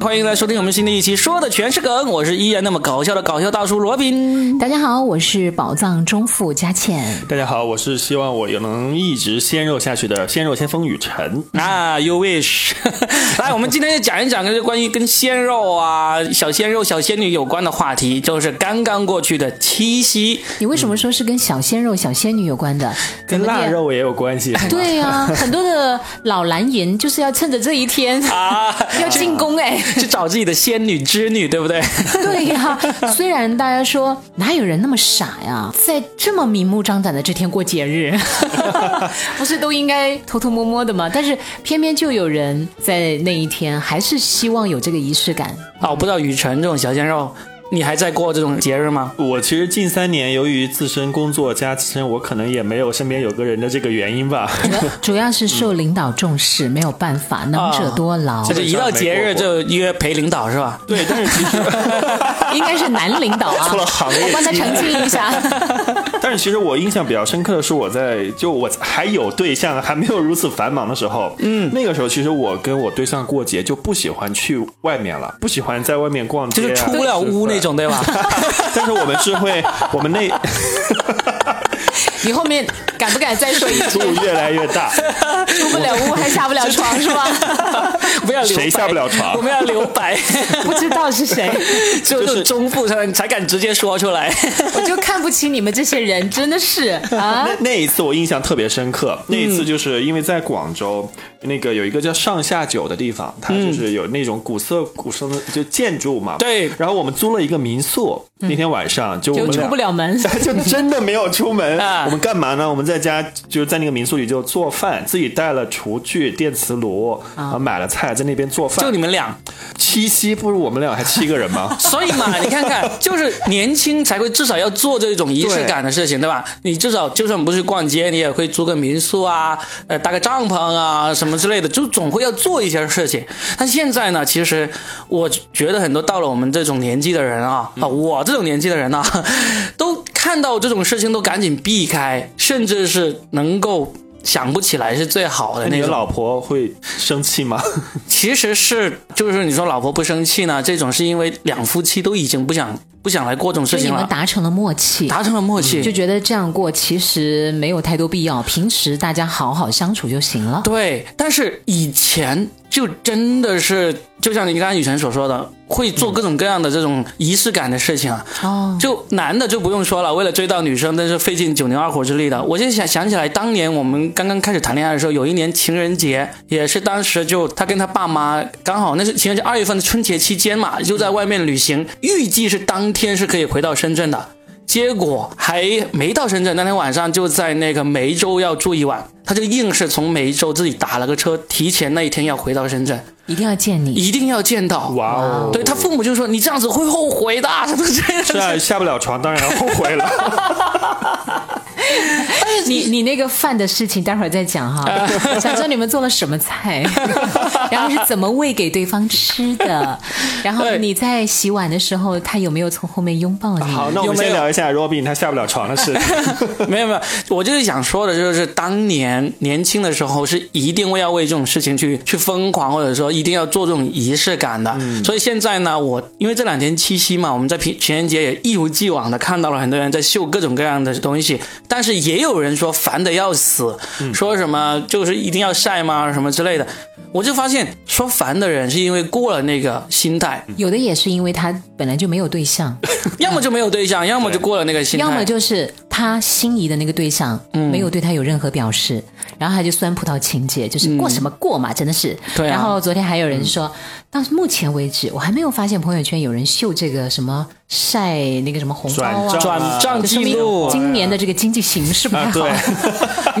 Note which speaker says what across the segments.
Speaker 1: 欢迎来收听我们新的一期，说的全是梗。我是依然那么搞笑的搞笑大叔罗
Speaker 2: 嗯
Speaker 1: 宾。
Speaker 3: 大家好，我是宝藏中富佳倩。
Speaker 2: 大家好，我是希望我也能一直鲜肉下去的鲜肉先锋雨辰。
Speaker 1: 啊，You wish。来， 我们今天就讲一讲，就是关于跟鲜肉啊、小鲜肉、小仙女有关的话题，就是刚刚过去的七夕，
Speaker 3: 你为什么说是跟小鲜肉、小仙女有关的？
Speaker 2: 嗯
Speaker 3: 怎
Speaker 2: 跟
Speaker 3: 么
Speaker 2: 腊
Speaker 3: 念
Speaker 2: 肉也有关系，是吗
Speaker 3: 对啊，很多的老蓝银就是要趁着这一 天
Speaker 1: 啊
Speaker 3: 要进攻哎、
Speaker 1: 去找自己的仙女织女，对不 对？
Speaker 3: 对呀、虽然大家说哪有人那么傻呀，在这么明目张胆的这天过节 日，不是都应该偷偷摸摸的吗？但是偏偏就有人在那一天还是希望有这个仪式感。
Speaker 1: 啊，我不知道雨辰这种小鲜肉，你还在过这种节日吗？
Speaker 2: 我其实近三年由于自身工作加自身，我可能也没有身边有个人的这个原因吧。
Speaker 3: 主要是受领导重视，没有办法，能者
Speaker 2: 啊
Speaker 3: 多劳。
Speaker 1: 就是一到节日就约陪领导是吧？
Speaker 2: 对，但是其 实，
Speaker 3: 应该是男领导啊，
Speaker 2: 错了行业
Speaker 3: 我帮他澄清一下。
Speaker 2: 但是其实我印象比较深刻的是，我在就我还有对象，还没有如此繁忙的时候，嗯，那个时候其实我跟我对象过节就不喜欢去外面了，不喜欢在外面逛
Speaker 1: 就
Speaker 2: 街啊、
Speaker 1: 是出不了屋那种，对吧？
Speaker 2: 但是我啊们是会，我们那
Speaker 3: 你后面敢不敢再说一 句？
Speaker 2: 肚越来越大，
Speaker 3: 出不了屋还下不了 床是吧？
Speaker 1: 不要留白
Speaker 2: 谁下不了床
Speaker 1: 我们要留白。
Speaker 3: 不知道是谁，
Speaker 1: 只有这种中妇才能才敢直接说出来。
Speaker 3: 我就看不起你们这些人，真的是啊
Speaker 2: 那！那一次我印象特别深刻，那一次就是因为在广州，那个有一个叫上下九的地方，它就是有那种古色古香的就建筑嘛。
Speaker 1: 对
Speaker 2: 然后我们租了一个民宿，那天晚上就我
Speaker 3: 就
Speaker 2: 们
Speaker 3: 出
Speaker 2: 俩
Speaker 3: 不。了门，
Speaker 2: 就真的没有出门
Speaker 1: 啊，
Speaker 2: 我们干嘛呢？我们在家就是在那个民宿里就做饭，自己带了厨具、电磁炉，然后买了菜，在那边做 饭。
Speaker 1: 就你们俩，？
Speaker 2: 七夕不是我们俩还七个人吗
Speaker 1: 所以 嘛，你看看，就是年轻才会至少要做这种仪式感的事情，对吧？你至少就算不是逛街，你也会租个民宿啊，呃，搭个帐篷啊，什么之类的，就总会要做一些事情。但现在呢，其实我觉得很多到了我们这种年纪的人啊，啊，我这种年纪的人呢、啊 都看到这种事情都赶紧避开，甚至是能够想不起来是最好的
Speaker 2: 那
Speaker 1: 那
Speaker 2: 你
Speaker 1: 种。
Speaker 2: 老婆会生气吗？
Speaker 1: 其实是，就是你说老婆不生气呢，这种是因为两夫妻都已经不想不想来过这种
Speaker 3: 就
Speaker 1: 事
Speaker 3: 你
Speaker 1: 情
Speaker 3: 们
Speaker 1: 了，
Speaker 3: 达成了默契。
Speaker 1: 达成了默契。
Speaker 3: 就觉得这样过其实没有太多必要，平时大家好好相处就行了。
Speaker 1: 对，但是以前就真的是，就像你刚刚雨辰所说的，会做各种各样的这种仪式感的事情啊。
Speaker 3: 哦，
Speaker 1: 就男的就不用说了，为了追到女生，那是费尽九牛二虎之力的。我就想想起来，当年我们刚刚开始谈恋爱的时候，有一年情人节，也是当时就他跟他爸妈刚好那是情人节二月份的春节期间嘛，就在外面旅行，预计是当天是可以回到深圳的。结果还没到深圳，那天晚上就在那个梅州要住一晚，他就硬是从梅州自己打了个车，提前那一天要回到深圳，
Speaker 3: 一定要见你。
Speaker 1: 一定要见到。
Speaker 2: 哇哦！
Speaker 1: 对他父母就说你这样子会后悔的，什么之类的。
Speaker 2: 是啊，下不了床，当然要后悔了。
Speaker 3: 你你那个饭的事情待会儿再讲哈，
Speaker 1: 啊
Speaker 3: 想知道你们做了什么 菜， 然后是怎么喂给对方吃 的，然后
Speaker 1: 对
Speaker 3: 你在洗碗的时候，他有没有从后面拥抱你？
Speaker 2: 好，那
Speaker 1: 嗯
Speaker 2: 我
Speaker 1: 有
Speaker 2: 们
Speaker 1: 没
Speaker 2: 先
Speaker 1: 有
Speaker 2: 聊一下 Robin 他下不了床 的事情。
Speaker 1: 没有没有，我就是想说的，就是当年年轻的时候是一定会要为这种事情去去疯狂，或者说一定要做这种仪式感的。所以现在呢，我因为这两天七夕嘛，我们在平情人节也一如既往的看到了很多人在秀各种各样的东西，但是也有人说烦的要死，说什么就是一定要晒吗什么之类的。我就发现说烦的人是因为过了那个心态，
Speaker 3: 有的也是因为他本来就没有对象，
Speaker 1: 要么就没有对象，要么就过了那个心态，
Speaker 3: 要么就是他心仪的那个对象
Speaker 1: 嗯
Speaker 3: 没有对他有任何表示，然后他就酸葡萄情节，就是过什么过嘛，真的是。
Speaker 1: 嗯对啊
Speaker 3: 然后昨天还有人说，到目前为止我还没有发现朋友圈有人秀这个什么晒那个什么红包
Speaker 2: 转
Speaker 3: 啊
Speaker 2: 账。
Speaker 1: 转账
Speaker 3: 就
Speaker 1: 记
Speaker 3: 说明
Speaker 1: 录。
Speaker 3: 今年的这个经济形势不太
Speaker 2: 啊，
Speaker 3: 好。
Speaker 2: 对，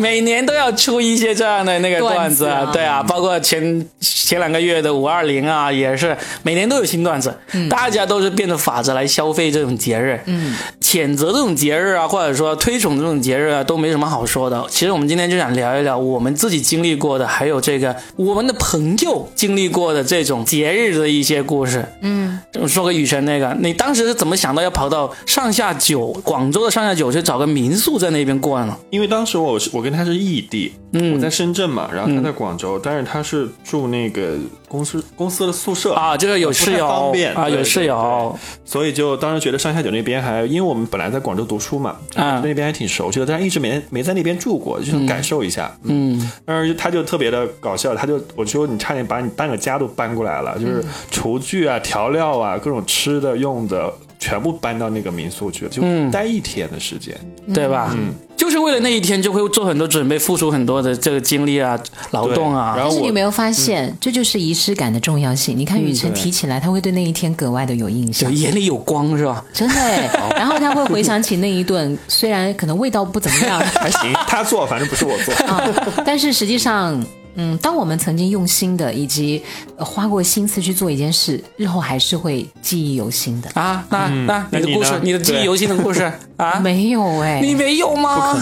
Speaker 1: 每年都要出一些这样的那个段子，
Speaker 3: 段子啊
Speaker 1: 对啊，包括前前两个月的五二零啊，也是每年都有新段子，大家都是变着法子来消费这种节日。嗯，谴责这种节日啊，或者说推崇这种节日啊，都没什么好说的。其实我们今天就想聊一聊我们自己经历过的，还有这个我们的朋友经历过的这种节日的一些故事。
Speaker 3: 嗯，
Speaker 1: 说个雨辰那个，你当时是怎么想到要跑到上下九广州的上下九去找个民宿在那边过呢？
Speaker 2: 因为当时我是我跟他是异地，
Speaker 1: 嗯
Speaker 2: 我在深圳嘛，然后他在广州，但是他是住那个公司公司的宿舍
Speaker 1: 啊，这个有室
Speaker 2: 不太
Speaker 1: 友
Speaker 2: 方便
Speaker 1: 啊，
Speaker 2: 对
Speaker 1: 有室友
Speaker 2: 对，所以就当时觉得上下九那边还，因为我们本来在广州读书嘛，
Speaker 1: 啊
Speaker 2: 那边还挺熟悉的，但是一直没没在那边住过，就想感受一下。嗯，
Speaker 1: 嗯，
Speaker 2: 但是他就特别的搞笑，他就我说你差点把你半个家都搬过来了，
Speaker 1: 嗯
Speaker 2: 就是厨具啊、调料啊、各种吃的用的全部搬到那个民宿去了，就
Speaker 1: 嗯
Speaker 2: 待一天的时间。
Speaker 1: 对吧？嗯，就是为了那一天就会做很多准备，付出很多的这个精力啊、劳动
Speaker 2: 对
Speaker 1: 啊。嗯
Speaker 2: 然
Speaker 3: 但
Speaker 2: 后
Speaker 3: 是你
Speaker 2: 我
Speaker 3: 有没有发现，这就是仪式感的重要性？你看雨辰
Speaker 2: 对
Speaker 3: 提起来，他会对那一天格外的有印
Speaker 1: 就
Speaker 3: 象。
Speaker 1: 眼里嗯有光是吧？
Speaker 3: 真的 哎，然后他会回想起那一顿，虽然可能味道不怎 么样，
Speaker 2: 还行，他做反正不是我做。
Speaker 3: 啊，但是实际上，嗯，当我们曾经用心的以及、呃花过心思去做一件事，日后还是会记忆犹新的。
Speaker 1: 啊，那那
Speaker 2: 嗯那
Speaker 1: 你的
Speaker 2: 你
Speaker 1: 故事
Speaker 2: 呢，
Speaker 1: 你的记忆
Speaker 2: 对
Speaker 1: 犹新的故 事啊，
Speaker 3: 没有哎、
Speaker 1: 你没有吗？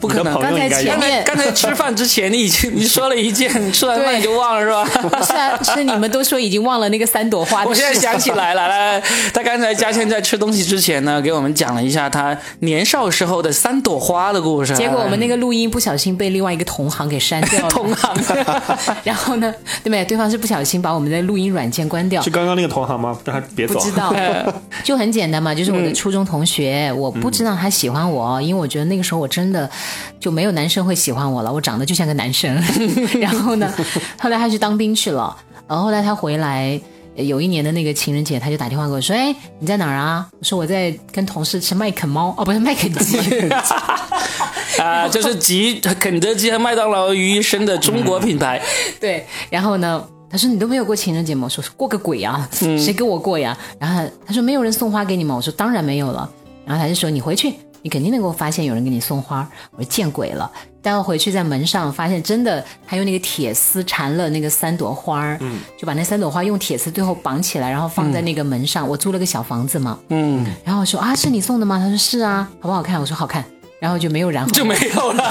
Speaker 2: 不可能，
Speaker 1: 不可能
Speaker 2: 你的朋友应该有
Speaker 3: 刚
Speaker 1: 刚才刚才吃饭之前，你已经你说了一件，吃完饭
Speaker 3: 对
Speaker 1: 你就忘了是吧？
Speaker 3: 是啊，是你们都说已经忘了那个三朵花的
Speaker 1: 我
Speaker 3: 事
Speaker 1: 现
Speaker 3: 情。
Speaker 1: 在想起来了，来来，他刚才嘉倩在吃东西之前呢，给我们讲了一下他年少时候的三朵花的故事。
Speaker 3: 结果我们那个录音不小心被另外一个同行给删掉了，
Speaker 1: 嗯 同行
Speaker 3: 然后呢，对不对？对方是不小心把我们的录音软件关掉
Speaker 2: 是，刚刚那个同行吗？让他别
Speaker 3: 不
Speaker 2: 走。
Speaker 3: 知 道，就很简单嘛，就是我
Speaker 1: 嗯
Speaker 3: 的初中同学，我不知道他喜欢我，因为我觉得那个时候我真的就没有男生会喜欢我了，我长得就像个 男生。然后呢，后来他去当兵去了，然后后来他回来。呃有一年的那个情人节，他就打电话给我说：“哎，你在哪儿啊？”我说：“我在跟同事吃麦肯猫，哦，不是麦肯鸡。
Speaker 1: 啊，就是集肯德基和麦当劳于一身的中国品牌，”
Speaker 3: 对，然后呢，他说：“你都没有过情人节吗？”我说：“过个鬼啊，谁给我过呀？”然后他说：“没有人送花给你吗？”我说：“当然没有了。”然后他就说：“你回去，你肯定能够发现有人给你送花。”我说：“见鬼了！”待会回去在门上发现，真的他用那个铁丝缠了那个三朵花儿，就把那三朵花用铁丝最后绑起来，然后放在那个门上。我租了个小房子嘛，
Speaker 1: 嗯，
Speaker 3: 然后我说：“啊，是你送的吗？”他说：“是啊，好不好看？”我说：“好看。”然后就没有然后
Speaker 1: 就
Speaker 3: 了
Speaker 1: 没有了。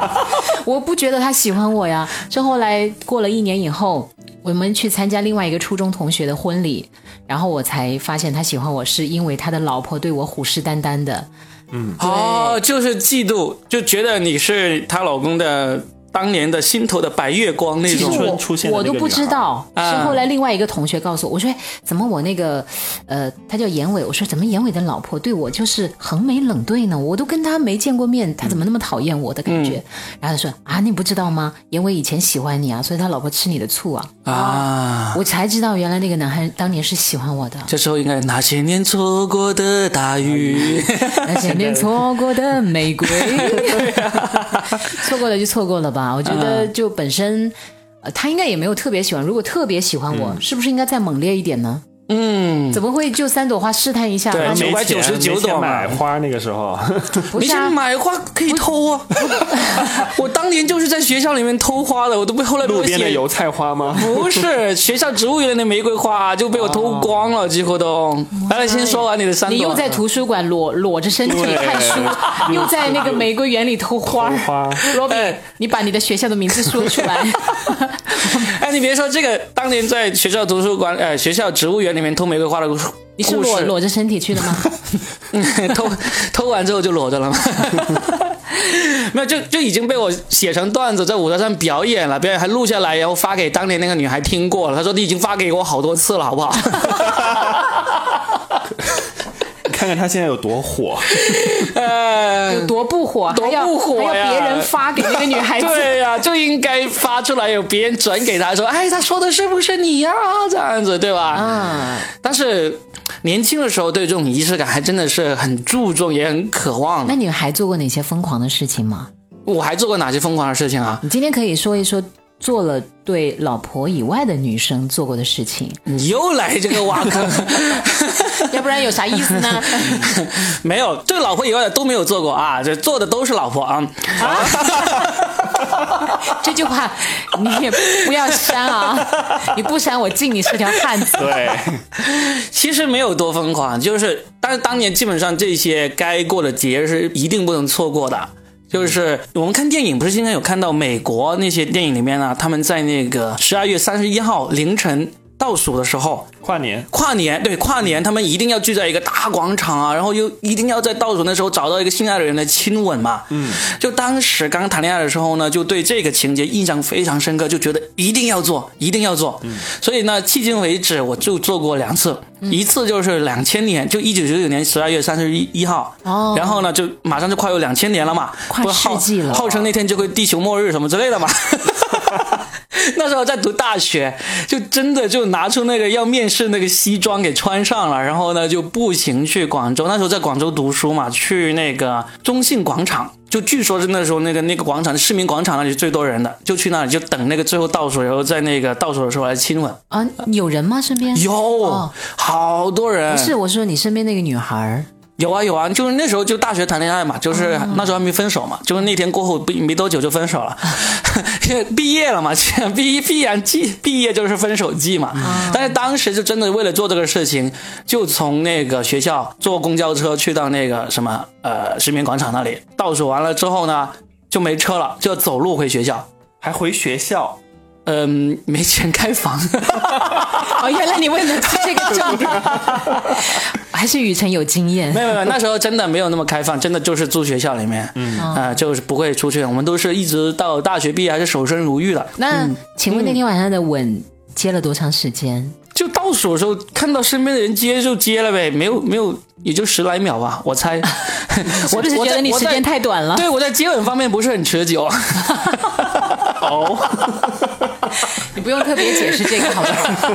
Speaker 3: 我不觉得他喜欢我呀。这后来过了一年以后，我们去参加另外一个初中同学的婚礼，然后我才发现他喜欢我是因为他的老婆对我虎视眈眈的。
Speaker 1: 哦，就是嫉妒，就觉得你是她老公的当年的心头的白月光那
Speaker 3: 其
Speaker 1: 种
Speaker 2: 青
Speaker 3: 实。
Speaker 2: 春出现
Speaker 3: 我
Speaker 2: 的
Speaker 3: 我
Speaker 2: 那个啊
Speaker 3: 都不知道，
Speaker 1: 女孩
Speaker 3: 是后来另外一个同学告诉我，我说哎怎么我那个呃，他叫严伟，我说怎么严伟的老婆对我就是横眉冷对呢？我都跟他没见过面，他怎么那么讨厌我的感
Speaker 2: 嗯
Speaker 3: 觉？然后他说啊，你不知道吗？严伟以前喜欢你啊，所以他老婆吃你的醋啊。
Speaker 1: 啊，
Speaker 3: 我才知道原来那个男孩当年是喜欢我的。
Speaker 1: 这时候应该那些年错过的大雨，
Speaker 3: 那前面错过的玫瑰，
Speaker 1: 啊
Speaker 3: 错过了就错过了吧。我觉得就本身，呃，他应该也没有特别喜欢。如果特别喜欢我，是不是应该再猛烈一点呢？
Speaker 1: 嗯，
Speaker 3: 怎么会就三朵花试探一下？
Speaker 1: 对
Speaker 2: 没
Speaker 1: 没
Speaker 2: 钱
Speaker 1: 999
Speaker 2: 没钱
Speaker 1: 朵嘛
Speaker 2: 买花那个 时候，
Speaker 3: 不
Speaker 1: 你
Speaker 3: 是、
Speaker 1: 想
Speaker 3: 啊，
Speaker 1: 买花可以偷啊！ 我当年就是在学校里面偷花的，我都被后来被
Speaker 2: 路
Speaker 1: 我
Speaker 2: 边的
Speaker 1: 写
Speaker 2: 油菜花吗？
Speaker 1: 不是学校植物园的玫瑰花、啊就被我偷光了，几乎都。来来，先说完你的三朵。
Speaker 3: 哦你又在图书馆裸裸着身体
Speaker 2: 对
Speaker 3: 看书，又在那个玫瑰园里偷花儿。
Speaker 2: 偷花
Speaker 3: 罗比
Speaker 1: 哎，
Speaker 3: 你把你的学校的名字说出 来。
Speaker 1: 哎，你别说这个，当年在学校图书馆，呃，学校植物园里面偷玫瑰花的故事，嗯
Speaker 3: 你是 裸裸着身体去的吗？
Speaker 1: 偷偷完之后就裸着了吗？ 没有，就就已经被我写成段子，在舞台上表演了，表演还录下来，然后发给当年那个女孩听过了。她说你已经发给我好多次了，好 不好？
Speaker 2: 看看他现在有多火，
Speaker 1: 呃，
Speaker 3: 有多不火，
Speaker 1: 多
Speaker 3: 还要
Speaker 1: 不火
Speaker 3: 还
Speaker 1: 呀
Speaker 3: 要别人发给那个女孩子。
Speaker 1: 对呀、就应该发出来，有别人转给他说，哎，他说的是不是你呀、这样子，对吧？
Speaker 3: 啊，
Speaker 1: 但是年轻的时候对这种仪式感还真的是很注重，也很渴望
Speaker 3: 那
Speaker 1: 的。
Speaker 3: 你还做过哪些疯狂的事情吗？
Speaker 1: 我还做过哪些疯狂的事情啊？
Speaker 3: 你今天可以说一说做了对老婆以外的女生做过的事情，
Speaker 1: 你又来这个挖 坑，
Speaker 3: 要不然有啥意思呢？
Speaker 1: 没有对老婆以外的都没有做过啊，这做的都是老婆啊。
Speaker 3: 这句话你也不要删啊！你不删，我敬你是条汉子。
Speaker 2: 对，
Speaker 1: 其实没有多疯狂，就是，但是当年基本上这些该过的节日是一定不能错过的。就是我们看电影，不是经常有看到美国那些电影里面啊，他们在那个十二月三十一号凌晨倒数的时候，
Speaker 2: 跨年
Speaker 1: 跨年，对跨年，他们一定要聚在一个大广场啊，然后又一定要在倒数那时候找到一个心爱的人来亲吻嘛。嗯，就当时刚谈恋爱的时候呢，就对这个情节印象非常深刻，就觉得一定要做，一定要做。嗯，所以呢，迄今为止我就做过两次，一次就是两千年，就一九九九年十二月三十一一号。
Speaker 3: 哦
Speaker 1: 然后呢，就马上就快有两千年了嘛，
Speaker 3: 快
Speaker 1: 不是号
Speaker 3: 世纪了
Speaker 1: 号称那天就会地球末日什么之类的嘛。 那时候在读大学，就真的就拿出那个要面试那个西装给穿上了，然后呢就步行去广州。那时候在广州读书嘛，去那个中信广场，就据说是那时候那个那个广场市民广场那里最多人的，就去那里就等那个最后倒数，然后在那个倒数的时候来亲吻。
Speaker 3: 啊，有人吗？身边
Speaker 1: 有、
Speaker 3: 哦
Speaker 1: 好多人，
Speaker 3: 不是，我说你身边那个女孩儿，
Speaker 1: 有啊有啊，就是那时候就大学谈恋爱嘛，就是
Speaker 3: 嗯
Speaker 1: 那时候还没分手嘛，就是那天过后不没多久就分手 了，因为毕业了嘛，毕必然季毕业就是分手季嘛。
Speaker 3: 嗯
Speaker 1: 但是当时就真的为了做这个事情，就从那个学校坐公交车去到那个什么呃市民广场那里，倒数完了之后呢，就没车了，就走路回学校。
Speaker 2: 还回学校，
Speaker 1: 嗯，没钱开房，
Speaker 3: 哦，原来你问的是这个状态， 还是雨辰有经验
Speaker 1: 没？有没有，那时候真的没有那么开放，真的就是住学校里面，嗯啊、
Speaker 3: 哦
Speaker 1: 就是不会出去，我们都是一直到大学毕业还是守身如玉的。
Speaker 3: 那、请
Speaker 1: 嗯
Speaker 3: 问那天晚上的吻接了多长时间？
Speaker 1: 就倒数的时候看到身边的人接就接了呗，没有没有，也就十来秒吧，我 猜。
Speaker 3: 是
Speaker 1: 我
Speaker 3: 不是
Speaker 1: 我
Speaker 3: 觉
Speaker 1: 在
Speaker 3: 得你
Speaker 1: 我
Speaker 3: 时
Speaker 1: 在
Speaker 3: 间太短了？
Speaker 1: 对，我在接吻方面不是很持久。 哦，
Speaker 3: 你不用特别解释这个，好不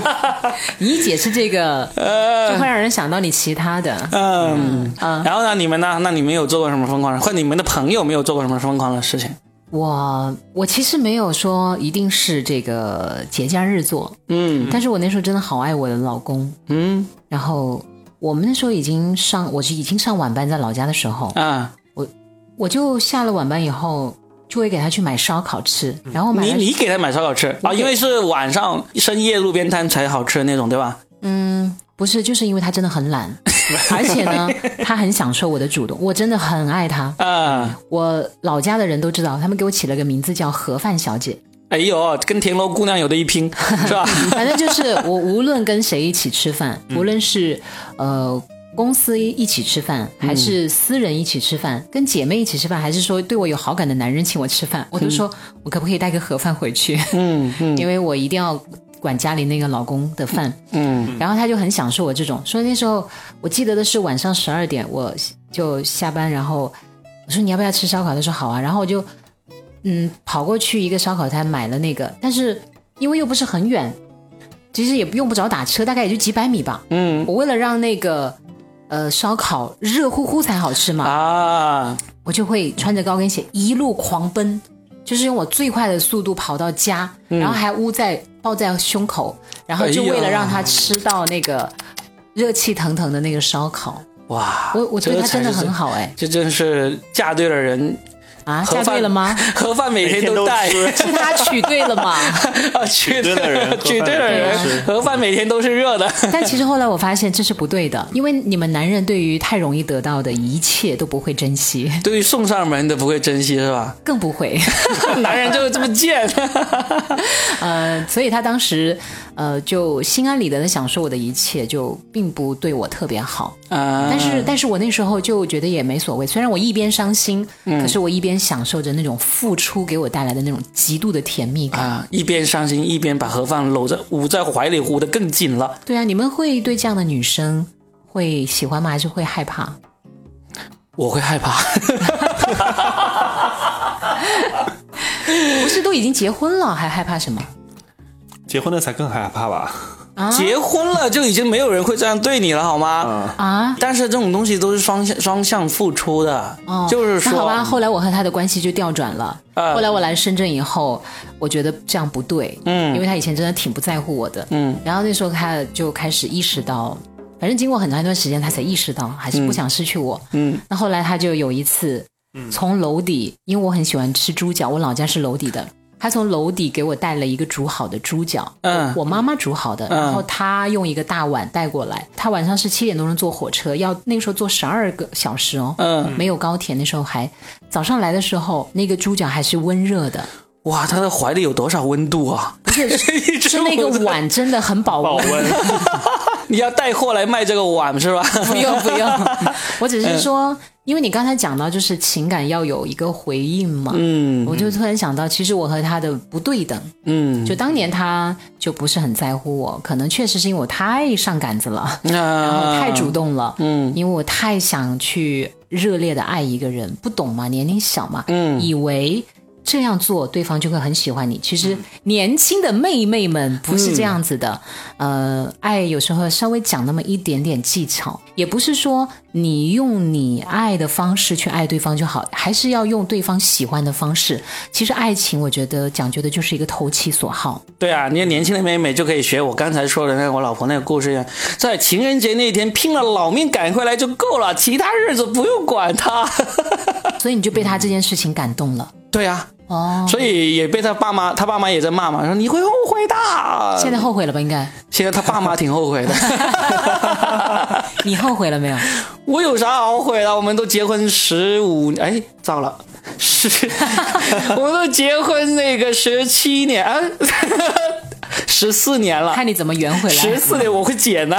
Speaker 3: 好？ 你一解释这个，就会让人想到你其他的。
Speaker 1: 嗯
Speaker 3: 嗯
Speaker 1: 然后呢，你们呢？那你们有做过什么疯狂的，或者你们的朋友没有做过什么疯狂的事情？
Speaker 3: 我我其实没有说一定是这个节假日做，
Speaker 1: 嗯
Speaker 3: 但是我那时候真的好爱我的老公。
Speaker 1: 嗯
Speaker 3: 然后我们那时候已经上，我是已经上晚班，在老家的时候，
Speaker 1: 啊，
Speaker 3: 我就下了晚班以后，就会给他去买烧烤吃。然后我买
Speaker 1: 嗯你
Speaker 3: 了
Speaker 1: 你给他买烧烤吃啊？
Speaker 3: 给
Speaker 1: 因为是晚上深夜路边摊才好吃的那种，对吧？
Speaker 3: 嗯，不是，就是因为他真的 很懒，而且呢，他很享受我的主动，我真的很爱他。
Speaker 1: 啊，
Speaker 3: 我老家的人都知道，他们给我起了个名字叫盒饭小姐。
Speaker 1: 哎呦，跟田螺姑娘有的一 拼，是吧？
Speaker 3: 反正就是我无论跟谁一起吃饭，无论是呃公司一起吃饭，还是私人一起吃饭，跟姐妹一起吃饭，还是说对我有好感的男人请我吃饭，我都说我可不可以带个盒饭回去，
Speaker 1: 嗯嗯
Speaker 3: 因为我一定要管家里那个老公的饭。
Speaker 1: 嗯
Speaker 3: 然后他就很享受我这种。所以那时候我记得的是晚上十二点，我就下班，然后我说你要不要吃烧烤？他说好啊，然后我就嗯跑过去一个烧烤摊买了那个，但是因为又不是很远，其实也不用不着打车，大概也就几百米吧。
Speaker 1: 嗯
Speaker 3: 我为了让那个呃烧烤热乎乎才好吃嘛，
Speaker 1: 啊，
Speaker 3: 我就会穿着高跟鞋一路狂奔，就是用我最快的速度跑到家，
Speaker 1: 嗯
Speaker 3: 然后还捂在抱在胸口，然后就
Speaker 1: 哎呀
Speaker 3: 为了让他吃到那个热气腾腾的那个烧烤。
Speaker 1: 哇，
Speaker 3: 我我对
Speaker 1: 这
Speaker 3: 他真的
Speaker 1: 才是
Speaker 3: 很好哎、
Speaker 1: 这真是嫁对了人，
Speaker 3: 啊，
Speaker 1: 盒
Speaker 3: 嫁
Speaker 1: 饭
Speaker 3: 对了吗？？
Speaker 1: 盒饭每天都带
Speaker 2: 每，天都
Speaker 3: 是他娶对了吗？
Speaker 1: 啊，娶
Speaker 2: 对了人
Speaker 1: 娶对了
Speaker 3: 盒饭每
Speaker 1: 人，盒饭每天都是热的。
Speaker 3: 但其实后来我发现这是不对的，因为你们男人对于太容易得到的一切都不会珍惜，
Speaker 1: 对于送上门的不会珍惜是吧？
Speaker 3: 更不 会。
Speaker 1: 男人就是这么贱。
Speaker 3: 呃，所以他当时呃就心安理得的享受我的一切，就并不对我特别好。
Speaker 1: 啊，
Speaker 3: 但是，但是我那时候就觉得也没所谓。虽然我一边伤心，可是我一边享受着那种付出给我带来的那种极度的甜蜜感。
Speaker 1: 啊，一边伤心一边把盒饭搂在捂在怀里，捂得更紧了。
Speaker 3: 对啊，你们会对这样的女生会喜欢吗？还是会害怕？
Speaker 1: 我会害怕。
Speaker 3: 不是都已经结婚了，还害怕什么？
Speaker 2: 结婚了才更害怕吧？
Speaker 3: 啊
Speaker 1: 结婚了就已经没有人会这样对你了，好吗？
Speaker 2: 啊，
Speaker 3: 啊！
Speaker 1: 但是这种东西都是双向双向付出的，
Speaker 3: 哦，
Speaker 1: 就是说，
Speaker 3: 那好吧。后来我和他的关系就调转了。
Speaker 1: 啊
Speaker 3: 后来我来深圳以后，我觉得这样不对，
Speaker 1: 嗯
Speaker 3: 因为他以前真的挺不在乎我的，
Speaker 1: 嗯，
Speaker 3: 然后那时候他就开始意识到，反正经过很长一段时间，他才意识到还是不想失去我。
Speaker 1: 嗯，
Speaker 3: 那后来他就有一次，从楼底，因为我很喜欢吃猪脚，我老家是楼底的。他从楼底给我带了一个煮好的猪脚，
Speaker 1: 嗯
Speaker 3: 我我妈妈煮好的，然后他用一个大碗带过来。他晚上是七点多钟坐火车，要那个时候坐十二个小时哦，
Speaker 1: 嗯，
Speaker 3: 没有高铁，那时候还早上来的时候，那个猪脚还是温热的，
Speaker 1: 哇，他的怀里有多少温度啊？不 是，
Speaker 3: 是那个碗真的很保
Speaker 2: 保
Speaker 3: 温。
Speaker 2: 温，
Speaker 1: 你要带货来卖这个碗是吧？
Speaker 3: 不用不 用，我只
Speaker 1: 嗯
Speaker 3: 是说，因为你刚才讲到就是情感要有一个回应嘛，
Speaker 1: 嗯
Speaker 3: 我就突然想到，其实我和他的不对等，
Speaker 1: 嗯，
Speaker 3: 就当年他就不是很在乎我，可能确实是因为我太上杆子了，然后
Speaker 1: 嗯那
Speaker 3: 太主动了，
Speaker 1: 嗯
Speaker 3: 因为我太想去热烈的爱一个人，不懂嘛，年龄小嘛，
Speaker 1: 嗯
Speaker 3: 以为。这样做，对方就会很喜欢你。其实年轻的妹妹们不是这样子的，
Speaker 1: 嗯
Speaker 3: 呃，爱有时候稍微讲那么一点点技巧，也不是说你用你爱的方式去爱对方就好，还是要用对方喜欢的方式。其实爱情，我觉得讲究的就是一个投其所好。
Speaker 1: 对啊，你看年轻的妹妹就可以学我刚才说的那个我老婆那个故事一样，在情人节那天拼了老命赶回来就够了，其他日子不用管她。
Speaker 3: 所以你就被他这件事情感动了。
Speaker 1: 对啊，
Speaker 3: 哦，
Speaker 1: 所以也被他爸妈，他爸妈也在骂嘛，说你会后悔的。
Speaker 3: 现在后悔了吧？应该，
Speaker 1: 现在他爸妈挺后悔的。
Speaker 3: 你后悔了没 有？
Speaker 1: 啊我有啥好悔的？我们都结婚十五，哎，糟了， 十，我们都结婚那个十七年，啊， 十四年了，
Speaker 3: 看你怎么圆回
Speaker 1: 十
Speaker 3: 来。
Speaker 1: 四年我会减的。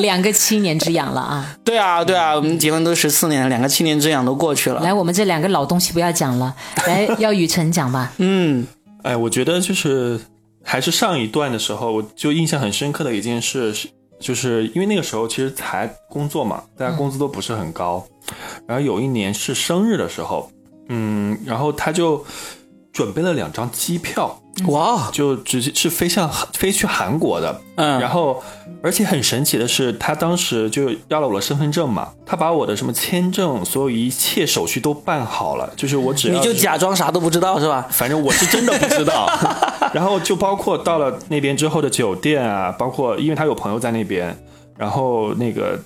Speaker 3: 两个七年之痒了啊！
Speaker 1: 对啊，对啊，我们结婚都十四年了，两个七年之痒都过去了。
Speaker 3: 来，我们这两个老东西不要讲了，来，要雨辰讲吧。
Speaker 1: 嗯
Speaker 2: 哎，我觉得就是还是上一段的时候，我就印象很深刻的一件事是，就是因为那个时候其实才工作嘛，大
Speaker 1: 嗯
Speaker 2: 家工资都不是很高，然后有一年是生日的时候，嗯，然后他就准备了两张机票，
Speaker 1: 哇，
Speaker 2: 就直接是飞向飞去韩国的，然
Speaker 1: 嗯
Speaker 2: 后，而且很神奇的是，他当时就要了我的身份证嘛，他把我的什么签证，所有一切手续都办好了，就是我只要
Speaker 1: 你就是假装啥都不知道是吧？
Speaker 2: 反正我是真的不知道。然后就包括到了那边之后的酒店啊，包括因为他有朋友在那边，然后那个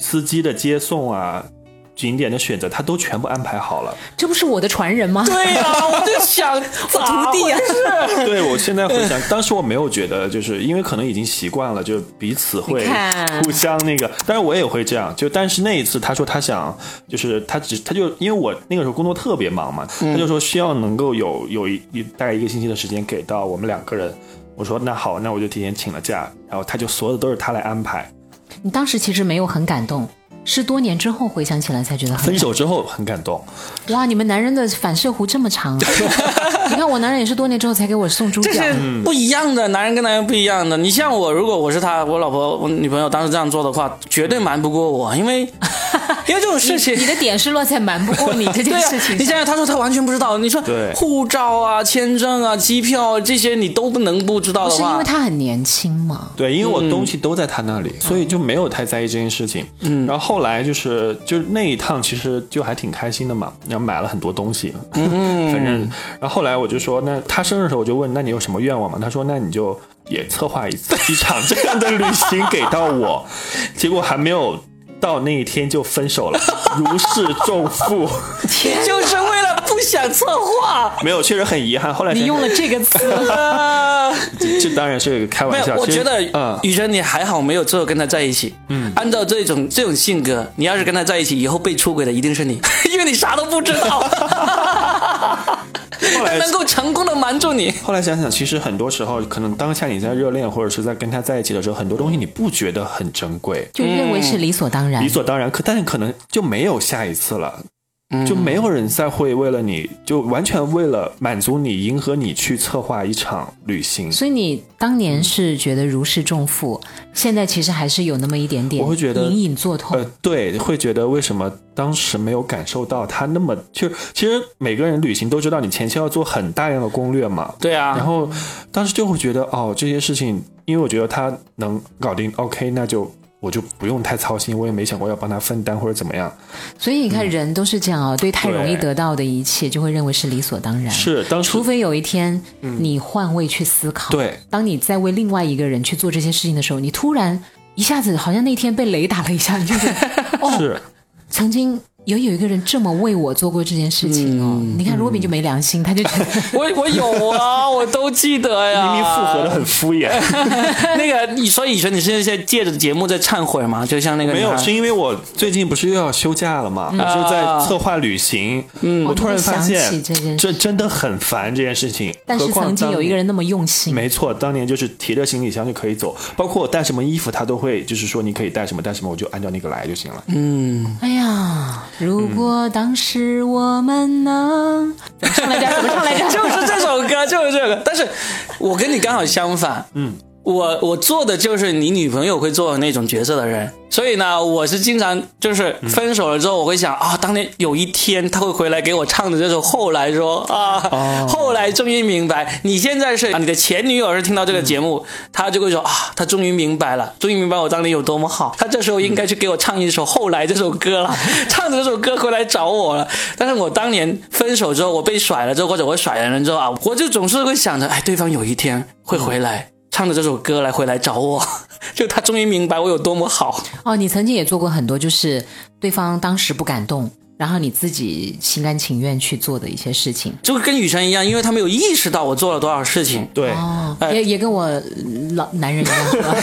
Speaker 2: 司机的接送啊，景点的选择，他都全部安排好了。
Speaker 3: 这不是我的传人吗？
Speaker 1: 对呀、我就想我
Speaker 3: 徒 弟啊，
Speaker 2: 对我现在回想，当时我没有觉得，就是因为可能已经习惯了，就彼此会
Speaker 3: 你看
Speaker 2: 互相那个。但是我也会这样，就但是那一次他说他想，就是他只他就因为我那个时候工作特别忙嘛，他就说需要能够有有一一大概一个星期的时间给到我们两个人。我说那好，那我就提前请了假，然后他就所有的都是他来安排。
Speaker 3: 你当时其实没有很感动，是多年之后回想起来才觉得很
Speaker 2: 分。手之后很感动，
Speaker 3: 哇，你们男人的反射弧这么 长啊！你看我男人也是多年之后才给我送猪
Speaker 1: 这
Speaker 3: 脚
Speaker 1: 是，不一样的，男人跟男人不一样的。你像我，如果我是他，我老婆、我女朋友当时这样做的话，绝对瞒不过我，因 为因为这种事情
Speaker 3: 你。的点是落在瞒不过你这
Speaker 1: 对
Speaker 3: 件
Speaker 1: 啊
Speaker 3: 事，情
Speaker 1: 你想
Speaker 3: 上。
Speaker 1: 想，他说他完全不知道，你说
Speaker 2: 对
Speaker 1: 护照啊、签证啊、机票啊这些你都不能不知道
Speaker 3: 不
Speaker 1: 的
Speaker 3: 哦是因
Speaker 1: 话
Speaker 3: 为，他很年轻嘛？
Speaker 2: 对，因为我东西都在他那里，所以就没有太在意这件事情。嗯，然后后来就是就是那一趟，其实就还挺开心的嘛，然后买了很多东西。嗯， 反正，然后后来我就说，那他生日的时候我就问，那你有什么愿望吗？他说，那你就也策划一次一场这样的旅行给到我。结果还没有到那一天就分手了，如释重负。
Speaker 1: 就是为了不想策 划。
Speaker 2: 没有，确实很遗憾。后来
Speaker 3: 你
Speaker 2: 想
Speaker 3: 用了这个词，
Speaker 1: 啊
Speaker 2: 这这当然是开
Speaker 1: 没
Speaker 2: 玩笑
Speaker 1: 有，。我
Speaker 2: 其实
Speaker 1: 觉得
Speaker 2: 嗯，
Speaker 1: 雨辰你还好没有最后跟他在一起。嗯，按照这种这种性格，你要是跟他在一起，以后被出轨的一定是你， 因为你啥都不知道。 他
Speaker 2: 后来
Speaker 1: 能够成功的瞒住你。
Speaker 2: 后来想想，其实很多时候，可能当下你在热恋或者是在跟他在一起的时候，很多东西你不觉得很珍贵，
Speaker 3: 就认为是理所当然
Speaker 2: 理。所当然。可但是可能就没有下一次了，就没有人再会为了你就完全为了满足你、迎合你去策划一场旅行。
Speaker 3: 所以你当年是觉得如释重负，现在其实还是有那么一点点，
Speaker 2: 我会觉得
Speaker 3: 隐隐作痛。
Speaker 2: 呃，对，会觉得为什么当时没有感受到他那么，就其实每个人旅行都知道，你前期要做很大量的攻略嘛，
Speaker 1: 对啊，
Speaker 2: 然后当时就会觉得哦，这些事情，因为我觉得他能搞定，OK，那就我就不用太操心，我也没想过要帮他分担或者怎么样。
Speaker 3: 所以你看，人都是这样啊，对太容易
Speaker 2: 对
Speaker 3: 得到的一切就会认为是理所当然。，
Speaker 2: 嗯是当时
Speaker 3: 除非有一天你换位去思考。
Speaker 2: 对，
Speaker 3: 当你在为另外一个人去做这些事情的时候， 你突然一下子好像那天被雷打了一下，你就觉得哦，
Speaker 2: 是
Speaker 3: 曾经有有一个人这么为我做过这件事情哦。
Speaker 2: 嗯
Speaker 3: 你看罗宾就没良心，他就 觉得
Speaker 1: 我我有啊， 我都记得呀。
Speaker 2: 明明复合的很敷衍，
Speaker 1: 那个，你所以以前你是在借着节目在忏悔嘛？就像那个
Speaker 2: 没有，
Speaker 1: 女孩
Speaker 2: 是因为我最近不是又要休假了嘛，我就在策划旅行，啊嗯，我突然发
Speaker 3: 我突
Speaker 2: 现
Speaker 3: 然想起这件事
Speaker 2: 这真的很烦这件事情。
Speaker 3: 但是
Speaker 2: 何况
Speaker 3: 曾经
Speaker 2: 当
Speaker 3: 有一个人那么用心，
Speaker 2: 没错，当年就是提着行李箱就可以走，包括我带什么衣服，他都会就是说你可以带什么带什么，我就按照那个来就行了。
Speaker 3: 哎呀，如果当时我们能、怎么唱来着？怎么唱来 着？
Speaker 1: 就是这首歌，就是这个。但是我跟你刚好相反，嗯，我我做的就是你女朋友会做的那种角色的人，所以呢，我是经常就是分手了之后，我会想啊，当年有一天她会回来给我唱的这首《后来说》啊， 后来终于明白，你现在是啊你的前女友是听到这个节目，她就会说啊，她终于明白了，终于明白我当年有多么好，她这时候应该去给我唱一首《后来》这首歌了，唱着这首歌回来找我了。但是我当年分手之后，我被甩了之后，或者我甩了人之后啊，我就总是会想着，哎，对方有一天会回来，唱着这首歌来回来找我， 就他终于明白我有多么好。
Speaker 3: 哦，你曾经也做过很多，就是对方当时不感动，然后你自己心甘情愿去做的一些事情。
Speaker 1: 就跟雨辰一样，因为他没有意识到我做了多少事情。
Speaker 2: 对，
Speaker 3: 哦，也也跟我呃老男人一样，是吧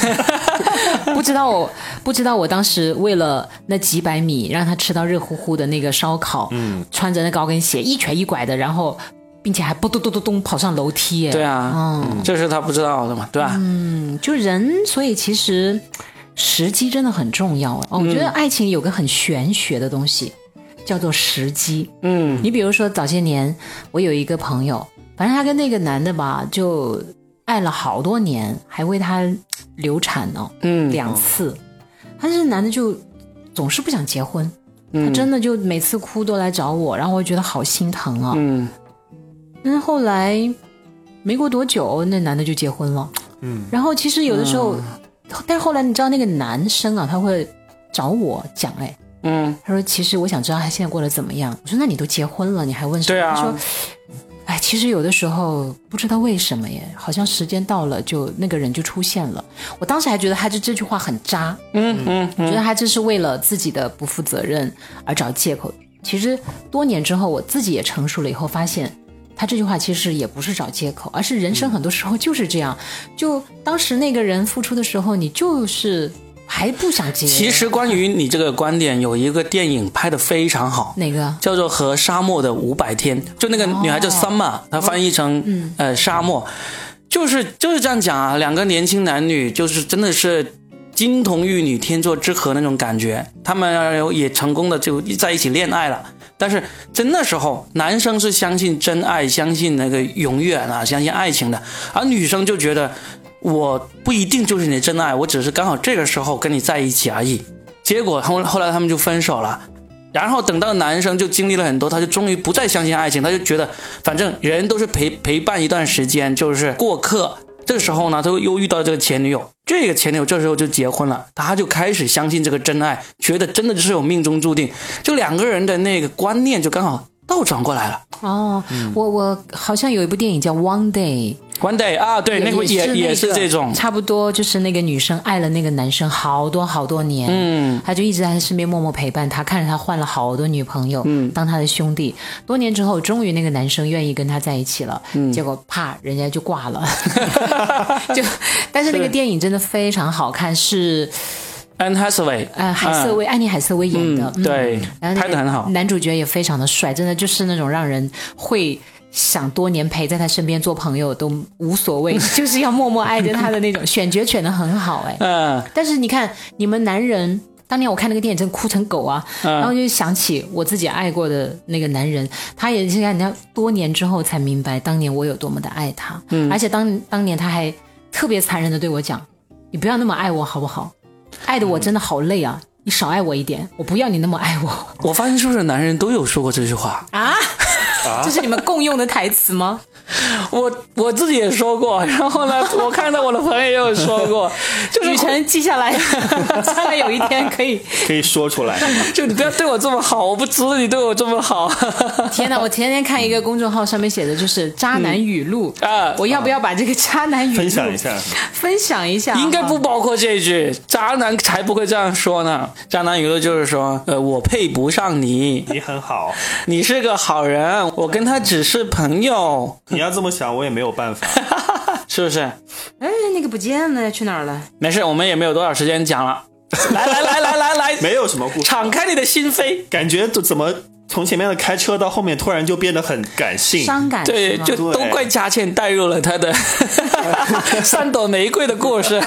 Speaker 3: 不知道我不知道我当时为了那几百米让他吃到热乎乎的那个烧烤，嗯，穿着那高跟鞋一瘸一拐的，然后并且还不咚咚咚咚跑上楼梯耶，
Speaker 1: 对啊，
Speaker 3: 嗯，
Speaker 1: 这是他不知道的嘛，对吧？
Speaker 3: 就人，所以其实时机真的很重要
Speaker 1: 嗯
Speaker 3: 哦。我觉得爱情有个很玄学的东西，叫做时机。
Speaker 1: 嗯，
Speaker 3: 你比如说早些年，我有一个朋友，反正他跟那个男的吧，就爱了好多年，还为他流产呢、
Speaker 1: 嗯
Speaker 3: 两次。但是男的就总是不想结婚，
Speaker 1: 嗯
Speaker 3: 他真的就每次哭都来找我，然后我觉得好心疼啊。
Speaker 1: 嗯，
Speaker 3: 但是后来没过多久，那男的就结婚了。嗯，然后其实有的时候，但是后来你知道那个男生啊，他会找我讲，哎，
Speaker 1: 嗯，
Speaker 3: 他说其实我想知道他现在过得怎么样。我说那你都结婚了，你还问什么？
Speaker 1: 对啊
Speaker 3: 他说。哎，其实有的时候不知道为什么耶，好像时间到了就那个人就出现了。我当时还觉得他这这句话很渣，
Speaker 1: 嗯嗯
Speaker 3: 觉得他这是为了自己的不负责任而找借口。其实多年之后，我自己也成熟了以后，发现他这句话其实也不是找借口，而是人
Speaker 1: 嗯
Speaker 3: 生很多时候就是这样。就当时那个人付出的时候，你就是还不想结。
Speaker 1: 其实关于你这个观点，有一个电影拍的非常好，
Speaker 3: 哪个？
Speaker 1: 叫做《和沙漠的五百天》，就那个女孩叫 Summer，、她翻译成、呃沙漠，就是就是这样讲啊，两个年轻男女就是真的是。金童玉女、天作之合那种感觉，他们也成功的就在一起恋爱了。但是在那时候，男生是相信真爱、相信那个永远啊、相信爱情的，而女生就觉得我不一定就是你的真爱，我只是刚好这个时候跟你在一起而已。结果后后来他们就分手了。然后等到男生就经历了很多，他就终于不再相信爱情，他就觉得反正人都是陪陪伴一段时间，就是过客。这时候呢，他又遇到这个前女友，这个前女友这时候就结婚了，他就开始相信这个真爱，觉得真的就是有命中注定，就两个人的那个观念就刚好倒转过来了。
Speaker 3: 哦，
Speaker 1: 嗯
Speaker 3: 我我好像有一部电影叫《One Day》，
Speaker 1: One day 啊，对，那个
Speaker 3: 也
Speaker 1: 也也
Speaker 3: 是
Speaker 1: 是
Speaker 3: 那个
Speaker 1: 这种，
Speaker 3: 差不多就是那个女生爱了那个男生好多好多年，嗯，她就一直在他身边默默陪伴他，看着他换了好多女朋友，嗯，当他的兄弟。多年之后，终于那个男生愿意跟他在一起了，嗯，结果啪，人家就 挂了，就。但是那个电影真的非常好看，是
Speaker 1: 安 n Hathaway，
Speaker 3: 呃海瑟薇、安妮海瑟薇演的，
Speaker 1: 嗯，对，
Speaker 3: 然后那
Speaker 1: 拍的很好
Speaker 3: 个，男主角也非常的帅，真的就是那种让人会想多年陪在他身边做朋友都无 所谓，就是要默默爱着他的那种。选角选的很好哎、
Speaker 1: 嗯，
Speaker 3: 但是你看你们男人。当年我看那个电影，真哭成狗啊！
Speaker 1: 嗯
Speaker 3: 然后就想起我自己爱过的那个男人，他也是看人家多年之后才明白，当年我有多么的爱他。嗯，而且当当年他还特别残忍的对我讲：“你不要那么爱我好不好？爱的我真的好累啊！你少爱我一点，我不要你那么爱我。”
Speaker 1: 我发现是不是男人都有说过这句话？
Speaker 3: 啊？ 这是你们共用的台词吗？
Speaker 1: 我我自己也说过，然后呢，我看到我的朋友也有说过，就是
Speaker 3: 雨辰记 下来，将来有一天可以。
Speaker 2: 可以说出 来。
Speaker 1: 就你不要对我这么好，我不值得你对我这么好。
Speaker 3: 天哪！我前天看一个公众号上面写的就是“渣男语录”
Speaker 1: 啊
Speaker 3: 我要不要把这个渣男语录
Speaker 2: 分享一下，
Speaker 3: 分享一 下？啊
Speaker 1: 应该不
Speaker 3: 哈
Speaker 1: 包括这一句，渣男才不会这样说呢。渣男语录就是说，呃，我配不上你，
Speaker 2: 你很好，
Speaker 1: 你是个好人，我跟他只是朋友，
Speaker 2: 你要这么想，我也没有办法。
Speaker 1: 是不是？
Speaker 3: 哎，那个不见了，去哪儿了？
Speaker 1: 没事，我们也没有多少时间讲了。来来来来来来，
Speaker 2: 没有什么故事，
Speaker 1: 敞开你的心扉。
Speaker 2: 感觉怎怎么从前面的开车到后面，突然就变得很感性。
Speaker 3: 伤感
Speaker 1: 对，
Speaker 3: 哎是吗
Speaker 1: 就都
Speaker 2: 对
Speaker 1: 怪佳倩带入了她的 三朵玫瑰的故事。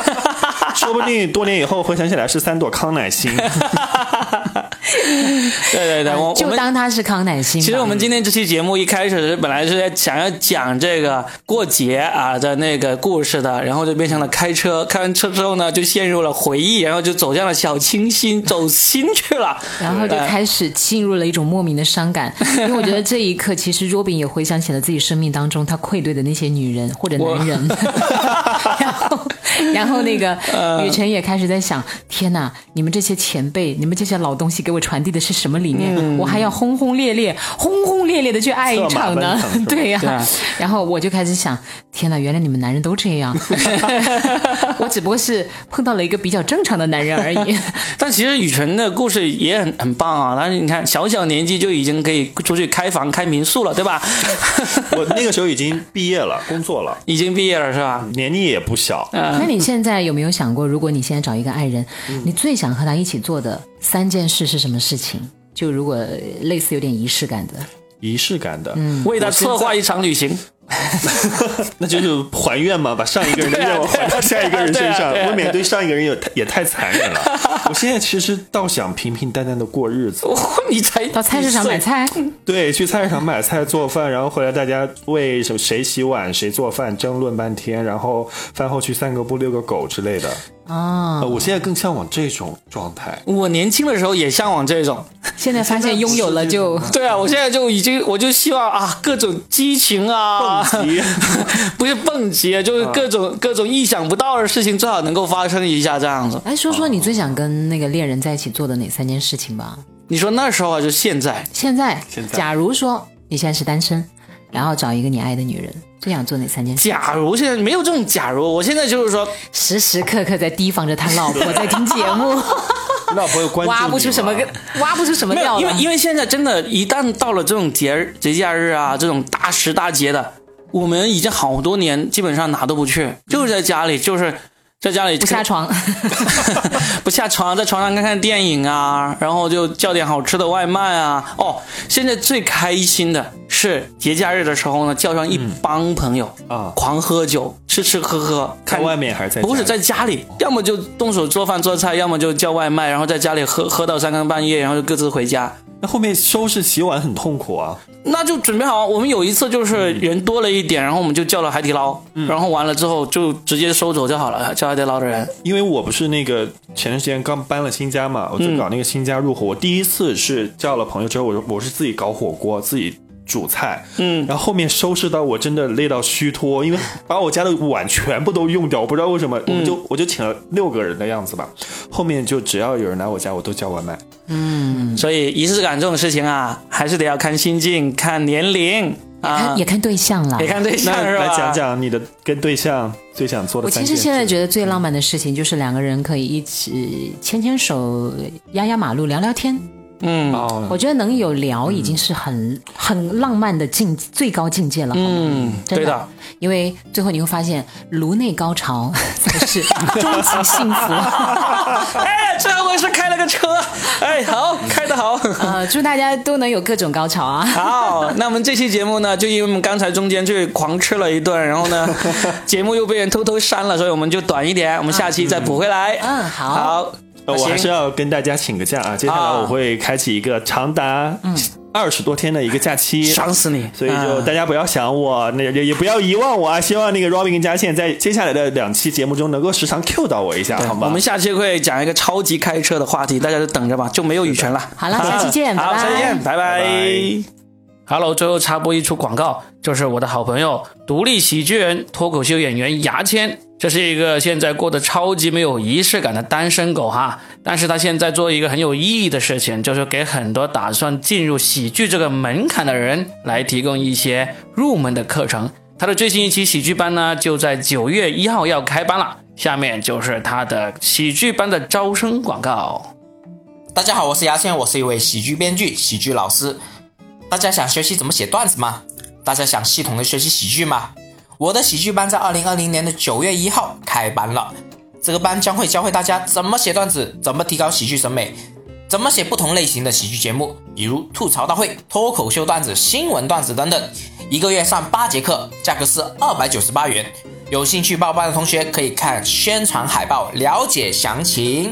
Speaker 2: 说不定多年以后回想起来是三朵康乃 馨。
Speaker 1: 对对对，我我
Speaker 3: 就
Speaker 1: 们
Speaker 3: 当他是康乃馨吧。
Speaker 1: 其实我们今天这期节目一开始是本来是想要讲这个过节啊的那个故事的，然后就变成了开车，开完车之后呢，就陷入了回忆，然后就走向了小清新，走心去了。
Speaker 3: 然后就
Speaker 1: 呃
Speaker 3: 开始进入了一种莫名的伤 感，因为我觉得这一刻，其实 Robin 也回想起了自己生命当中他愧对的那些女人或者男人， 然后然后那个
Speaker 2: 嗯
Speaker 3: 雨辰也开始在想，天哪，你们这些前辈，你们这些老东西给我传递的是什么理念？我还要轰轰烈烈、轰轰烈烈的去爱一场呢
Speaker 2: 嗯策马奔腾是 吧？
Speaker 3: 对呀、
Speaker 1: 对啊
Speaker 3: 然后我就开始想，天哪，原来你们男人都这 样， 我只不过是碰到了一个比较正常的男人而已。
Speaker 1: 但其实雨辰的故事也很很棒啊，但是你看小小年纪就已经可以出去开房、开民宿了，对 吧？
Speaker 2: 我那个时候已经毕业了，工作了，
Speaker 1: 已经毕业了是吧？
Speaker 2: 年纪也不小。
Speaker 1: 嗯
Speaker 3: 那你现在有没有想过，如果你现在找一个爱人，你最想和他一起做的三件事是什么事情？就如果类似有点仪式感的，
Speaker 2: 仪式感的，嗯，
Speaker 1: 为他策划一场旅 行，
Speaker 2: 那就是还愿嘛，把上一个人的愿望
Speaker 1: 对啊对啊
Speaker 2: 还到下一个人身上。
Speaker 1: 对啊对啊对啊
Speaker 2: 未免对上一个人也太也太残忍了。我现在其实倒想平平淡淡的过日子，
Speaker 1: 哇、你才
Speaker 3: 到菜市场买菜，
Speaker 2: 对，去菜市场买菜做饭，然后回来大家为什么谁洗碗谁做饭争论半天，然后饭后去散个步遛个狗之类的。
Speaker 3: 啊、
Speaker 2: 呃，我现在更向往这种状态。
Speaker 1: 我年轻的时候也向往这种，
Speaker 3: 现在发现拥有了 就
Speaker 1: 对啊，我现在就已经，我就希望啊，各种激情啊，
Speaker 2: 急
Speaker 1: 不是蹦极啊，就是各种、各种意想不到的事情，最好能够发生一下这样子。
Speaker 3: 来哎说说你最想跟那个恋人在一起做的哪三件事情吧。
Speaker 1: 你说那时候啊，就现在，
Speaker 3: 现在，
Speaker 2: 现在
Speaker 3: 假如说你现在是单身，然后找一个你爱的女人，最想做哪三件事？
Speaker 1: 假如现在没有这种假如，我现在就是说，
Speaker 3: 时时刻刻在提防着他老婆在听节目，
Speaker 2: 你老婆有关注
Speaker 3: 挖
Speaker 2: 你
Speaker 3: 不出什么
Speaker 2: 吗
Speaker 3: 个，挖不出什么
Speaker 1: 没
Speaker 3: 料
Speaker 1: 有，因为
Speaker 3: 了。
Speaker 1: 因为现在真的，一旦到了这种节日节假日啊，这种大时大节的，我们已经好多年基本上哪都不去，就是在家里，就是在家里
Speaker 3: 不下床，
Speaker 1: 不下床，在床上看看电影啊，然后就叫点好吃的外卖啊。哦，现在最开心的是节假日的时候呢，叫上一帮朋友
Speaker 2: 啊
Speaker 1: 狂喝酒，吃吃喝喝，看
Speaker 2: 在外面还是在
Speaker 1: 不是
Speaker 2: 家
Speaker 1: 在
Speaker 2: 里
Speaker 1: 家里，要么就动手做饭做菜，要么就叫外卖，然后在家里喝喝到三更半夜，然后就各自回家。
Speaker 2: 那后面收拾洗碗很痛苦啊。
Speaker 1: 那就准备好。我们有一次就是人多了一点，然后我们就叫了海底捞，
Speaker 2: 嗯
Speaker 1: 然后完了之后就直接收走就好了，叫海底捞的人。
Speaker 2: 因为我不是那个前段时间刚搬了新家
Speaker 3: 嗯
Speaker 2: 嘛，我就搞那个新家入伙。我第一次是叫了朋友之后，我我是自己搞火锅，自己煮菜，嗯，然后后面收拾到我真的累到虚脱，因为把我家的碗全部都用掉，我不知道为
Speaker 3: 嗯
Speaker 2: 什么，我们就我就请了六个人的样子吧。后面就只要有人来我家，我都叫外卖。
Speaker 1: 所以仪式感这种事情啊，还是得要看心境、看年龄啊
Speaker 3: 看， 也看对象了
Speaker 1: 也。看对象
Speaker 2: 那
Speaker 1: 是吧？
Speaker 2: 来讲讲你的跟对象最想做的
Speaker 3: 啊我
Speaker 2: 三
Speaker 3: 其
Speaker 2: 件
Speaker 3: 实现在
Speaker 2: 事。
Speaker 3: 觉得最
Speaker 1: 嗯
Speaker 3: 浪漫的事情就是两个人可以一起牵牵手、压压马路、聊聊天。
Speaker 1: 嗯，
Speaker 2: 哦，
Speaker 3: 我觉得能有聊已经是很、很浪漫的境最高境界了。嗯，真
Speaker 1: 对的，
Speaker 3: 因为最后你会发现，颅内高潮才是终极幸福。
Speaker 1: 哎，最后我是开了个车，哎，好，开得 好。
Speaker 3: 呃，祝大家都能有各种高潮啊！
Speaker 1: 好，那我们这期节目呢，就因为我们刚才中间去狂吃了一顿，然后呢， 节目又被人偷偷删了，所以我们就短一点，我们下期再补回来。
Speaker 3: 嗯嗯好
Speaker 1: 好，
Speaker 2: 呃我还是
Speaker 1: 行
Speaker 2: 要跟大家请个假啊！接下来
Speaker 1: 啊
Speaker 2: 我会开启一个长达
Speaker 3: 嗯
Speaker 2: 二十多天的一个假期，
Speaker 1: 爽死你！
Speaker 2: 所以就
Speaker 1: 嗯
Speaker 2: 大家不要想我，那也也不要遗忘我啊！希望那个 Robin 跟佳倩在接下来的两期节目中能够时常 Q 到我一下，啊好吗？
Speaker 1: 我们下期会讲一个超级开车的话题，大家就等着吧，就没有雨辰了。
Speaker 3: 好了，下期见，
Speaker 1: 好，
Speaker 3: 拜拜。
Speaker 1: 下期见，拜
Speaker 2: 拜拜
Speaker 1: Hello，最后插播一出广告，就是我的好朋友独立喜剧人、脱口秀演员牙签。这是一个现在过得超级没有仪式感的单身狗哈，但是他现在做一个很有意义的事情，就是给很多打算进入喜剧这个门槛的人来提供一些入门的课程。他的最新一期喜剧班呢，就在九月一号要开班了。下面就是他的喜剧班的招生广告。
Speaker 4: 大家好，我是牙签，我是一位喜剧编剧、喜剧老师。大家想学习怎么写段子吗？大家想系统的学习喜剧吗？我的喜剧班在二零二零年的九月一号开班了，这个班将会教会大家怎么写段子，怎么提高喜剧审美，怎么写不同类型的喜剧节目，比如吐槽大会、脱口秀段子、新闻段子等等。一个月上八节课，价格是二百九十八元。有兴趣报班的同学可以看宣传海报了解详情。